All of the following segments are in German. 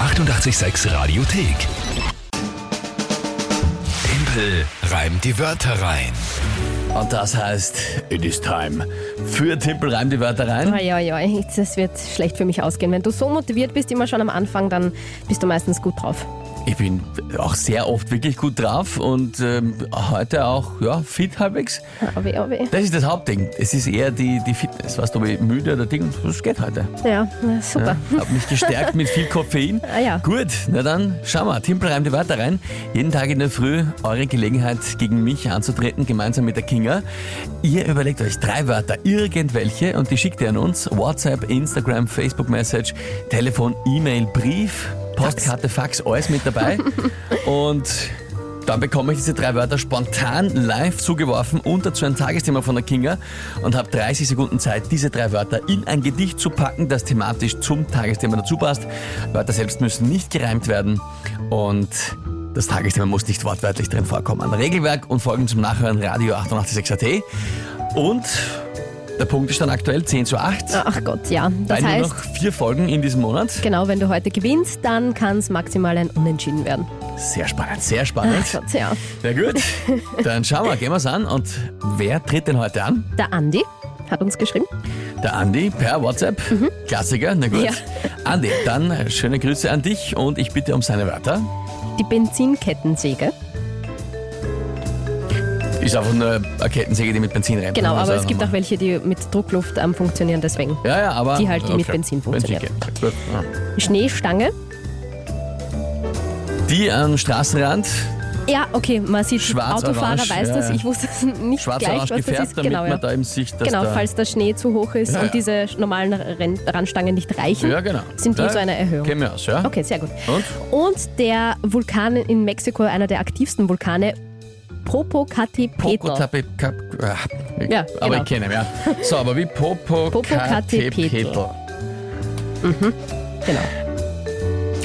886 Radiothek. Tempel reimt die Wörter rein. Und das heißt, it is time. Für Tippel reim die Wörter rein. Uiuiui, das wird schlecht für mich ausgehen. Wenn du so motiviert bist, immer schon am Anfang, dann bist du meistens gut drauf. Ich bin auch sehr oft wirklich gut drauf und ähm, heute auch ja, fit halbwegs. Aber aber Das ist das Hauptding. Es ist eher die, die Fitness. Weißt du, ob ich müde oder Ding, das geht heute. Ja, na, super. Hab mich gestärkt mit viel Koffein. Ah ja. Gut, na dann schauen wir. Timpel reimt die Wörter rein. Jeden Tag in der Früh eure Gelegenheit, gegen mich anzutreten, gemeinsam mit der Kinga. Ihr überlegt euch drei Wörter, irgendwelche, und die schickt ihr an uns. WhatsApp, Instagram, Facebook-Message, Telefon, E-Mail, Brief, Postkarte, Fax, alles mit dabei. und... Dann bekomme ich diese drei Wörter spontan live zugeworfen unter zu einem Tagesthema von der Kinga und habe 30 Sekunden Zeit, diese drei Wörter in ein Gedicht zu packen, das thematisch zum Tagesthema dazu passt. Wörter selbst müssen nicht gereimt werden und das Tagesthema muss nicht wortwörtlich drin vorkommen. Regelwerk und Folgen zum Nachhören Radio 886 AT und der Punkt ist dann aktuell 10 zu 8. Ach Gott, ja. Das weil nur heißt, noch vier Folgen in diesem Monat. genau, wenn du heute gewinnst, dann kann es maximal ein Unentschieden werden. Sehr spannend, sehr Ach spannend. Gott, ja. Na gut, dann schauen wir, gehen wir's an. Und wer tritt denn heute an? Der Andi hat uns geschrieben. Der Andi per WhatsApp. Klassiker, na gut. Mhm. Ja. Andi, dann schöne Grüße an dich und ich bitte um seine Wörter. Die Benzinkettensäge. Ist einfach nur eine Kettensäge, die mit Benzin rennt. Genau, Also aber es gibt auch nochmal. welche, die mit Druckluft ähm, funktionieren, deswegen. Ja, ja, aber. die halt, die mit Benzin funktionieren. Benzinke. Gut, ja. Schneestange. Die am Straßenrand, Ja, okay, man sieht, Schwarz, Autofahrer orange, weiß ja, das. ja. Ich wusste es nicht gleich, was schwarz-orange das gefärbt, ist. damit Genau, ja. man da eben sieht, dass Genau, da, falls der Schnee zu hoch ist Ja, und ja. diese normalen Renn- Rennstangen nicht reichen, Ja, genau. sind die Ja, so eine Erhöhung. Kennen wir aus, ja? Okay, sehr gut. Und? Und der Vulkan in Mexiko, einer der aktivsten Vulkane, Popocatépetl. Popotape- Kap- ah, ich- Ja, aber genau. ich kenne ihn, ja. So, aber wie Popocatépetl. Popocatépetl. Genau,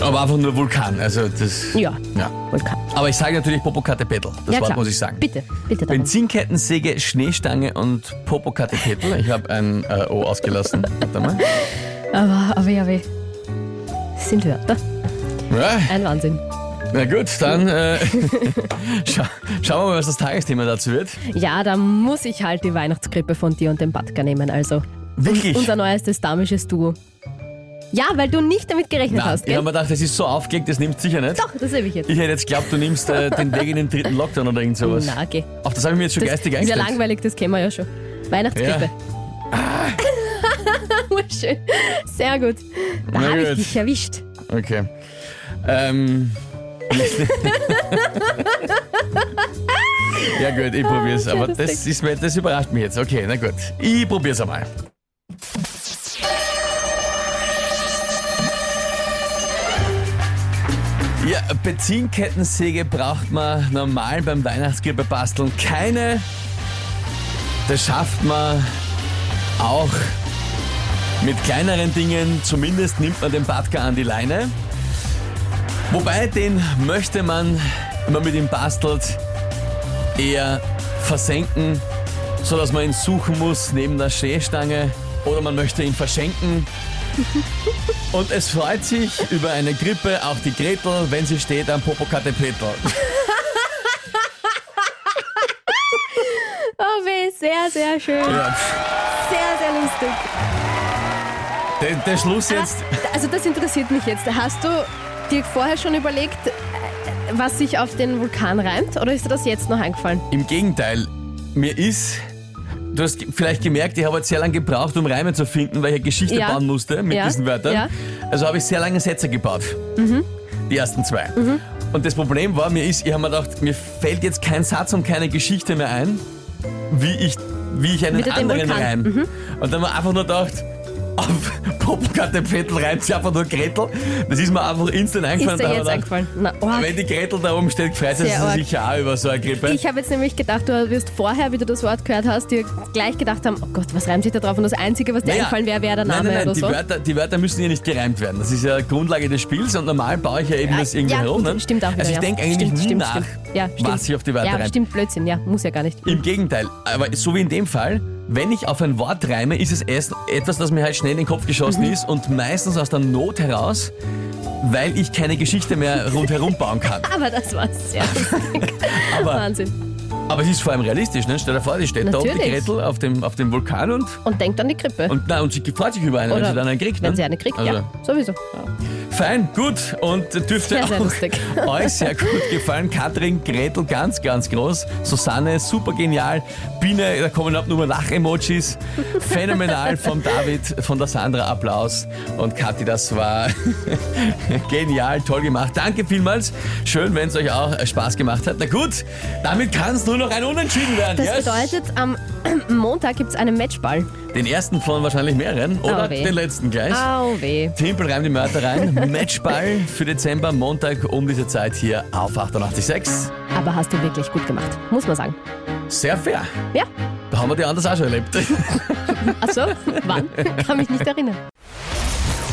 Aber einfach nur Vulkan, also das... Ja. ja. Vulkan. Aber ich sage natürlich Popocatépetl, das ja, Wort klar. muss ich sagen. Bitte, bitte darum. Benzinkettensäge, Schneestange und Popocatépetl. Ich habe ein äh, O ausgelassen. Warte mal. Aber, aber, ja, aber, sind Wörter. Ja, Ein Wahnsinn. na gut, dann äh, scha schauen wir mal, was das Tagesthema dazu wird. Ja, da muss ich halt die Weihnachtskrippe von dir und dem Batka nehmen, also. Wirklich? Unser neuestes damisches Duo. Ja, weil du nicht damit gerechnet Nein, hast, ich gell? habe mir gedacht, das ist so aufgelegt, das nimmt sicher nicht. Doch, das habe ich jetzt. Ich hätte jetzt geglaubt, du nimmst äh, den Weg in den dritten Lockdown oder irgend sowas. Na, okay. Auf das habe ich mir jetzt schon Das geistig ist ja eingestellt. langweilig, das kennen wir ja schon. Weihnachtskrippe. Urschön. Sehr gut. Da Na habe ich gut. dich erwischt. Okay. Ähm. ja gut, ich probier's, Ah, sehr aber das, lustig. ist, mir- das überrascht mich jetzt. Okay, na gut. Ich probier's einmal. Ja, Benzinkettensäge braucht man normal beim Weihnachtsgrippe basteln keine. Das schafft man auch mit kleineren Dingen, zumindest nimmt man den Batka an die Leine. Wobei, den möchte man, wenn man mit ihm bastelt, eher versenken, sodass man ihn suchen muss neben der Schneestange oder man möchte ihn verschenken. Und es freut sich über eine Grippe auch die Gretel, wenn sie steht am Popocatépetl. Oh weh, sehr, sehr schön. Ja, Sehr, sehr lustig. der, der Schluss jetzt. Also das interessiert mich jetzt. Hast du dir vorher schon überlegt, äh, was sich auf den Vulkan reimt? Oder ist dir das jetzt noch eingefallen? Im Gegenteil, mir ist. Du hast ge- vielleicht gemerkt, ich habe jetzt sehr lange gebraucht, um Reime zu finden, weil ich eine Geschichte Ja. bauen musste mit Ja. diesen Wörtern. Ja. Mhm. Also habe ich sehr lange Sätze gebaut. Die ersten zwei. Und das Problem war, mir ist, ich habe mir gedacht, mir fällt jetzt kein Satz und keine Geschichte mehr ein, wie ich, wie ich einen Wieder den anderen Vulkan. Mhm. reim. Und dann habe ich einfach nur gedacht, auf Popkarte-Vettel reimt sie einfach nur Gretel. Das ist mir einfach instant eingefallen. Ist dir Da jetzt habe ich mir eingefallen? Na, oh, gedacht, Wenn die Gretel da oben steht, freut sie Sehr arg. sich sicher auch über so eine Grippe. Ich habe jetzt nämlich gedacht, du wirst vorher, wie du das Wort gehört hast, dir gleich gedacht haben, oh Gott, was reimt sich da drauf? Und das Einzige, was dir Naja, eingefallen wäre, wäre der Name nein, nein, nein, oder die so. Wörter, die Wörter müssen ja nicht gereimt werden. Das ist ja Grundlage des Spiels und normal baue ich ja eben Ja, das irgendwie ja, herum. Ne? Stimmt auch wieder, also ich ja. denke eigentlich stimmt, nie stimmt, nach, stimmt. Ja, stimmt. was ich auf die Wörter Ja, reimt. stimmt, Blödsinn, ja, muss ja gar nicht. Im Gegenteil, aber so wie in dem Fall, wenn ich auf ein Wort reime, ist es erst etwas, das mir halt schnell in den Kopf geschossen Wichtigsten Mhm. ist und meistens aus der Not heraus, weil ich keine Geschichte mehr rundherum bauen kann. Aber das war's. Ja. Aber, Wahnsinn. aber es ist vor allem realistisch, ne? Stell dir vor, die steht da oben, die Natürlich. Gretel, auf dem, auf dem Vulkan und, Und denkt an die Krippe. und, na, und sie freut sich über einen, wenn Oder sie dann einen kriegt. Wenn ne? sie eine kriegt, also, ja. Sowieso. Fein, gut und dürfte Sehr, sehr lustig. auch euch sehr gut gefallen. Katrin, Gretel, ganz, ganz groß. Susanne, super genial. Biene, da kommen ab nur Lach-Emojis. Phänomenal vom David, von der Sandra, Applaus. Und Kathi, das war genial, toll gemacht. Danke vielmals. Schön, wenn es euch auch äh, Spaß gemacht hat. Na gut, damit kann es nur noch ein Unentschieden werden. Das yes. bedeutet, am Montag gibt es einen Matchball. Den ersten von wahrscheinlich mehreren oder Oh, weh. den letzten gleich. Au weh. Timpel reimt die Mörder rein. Matchball für Dezember, Montag um diese Zeit hier auf 88.6. Aber hast du wirklich gut gemacht, muss man sagen. Sehr fair. Ja. Da haben wir die anders auch schon erlebt. Achso, wann? Kann mich nicht erinnern.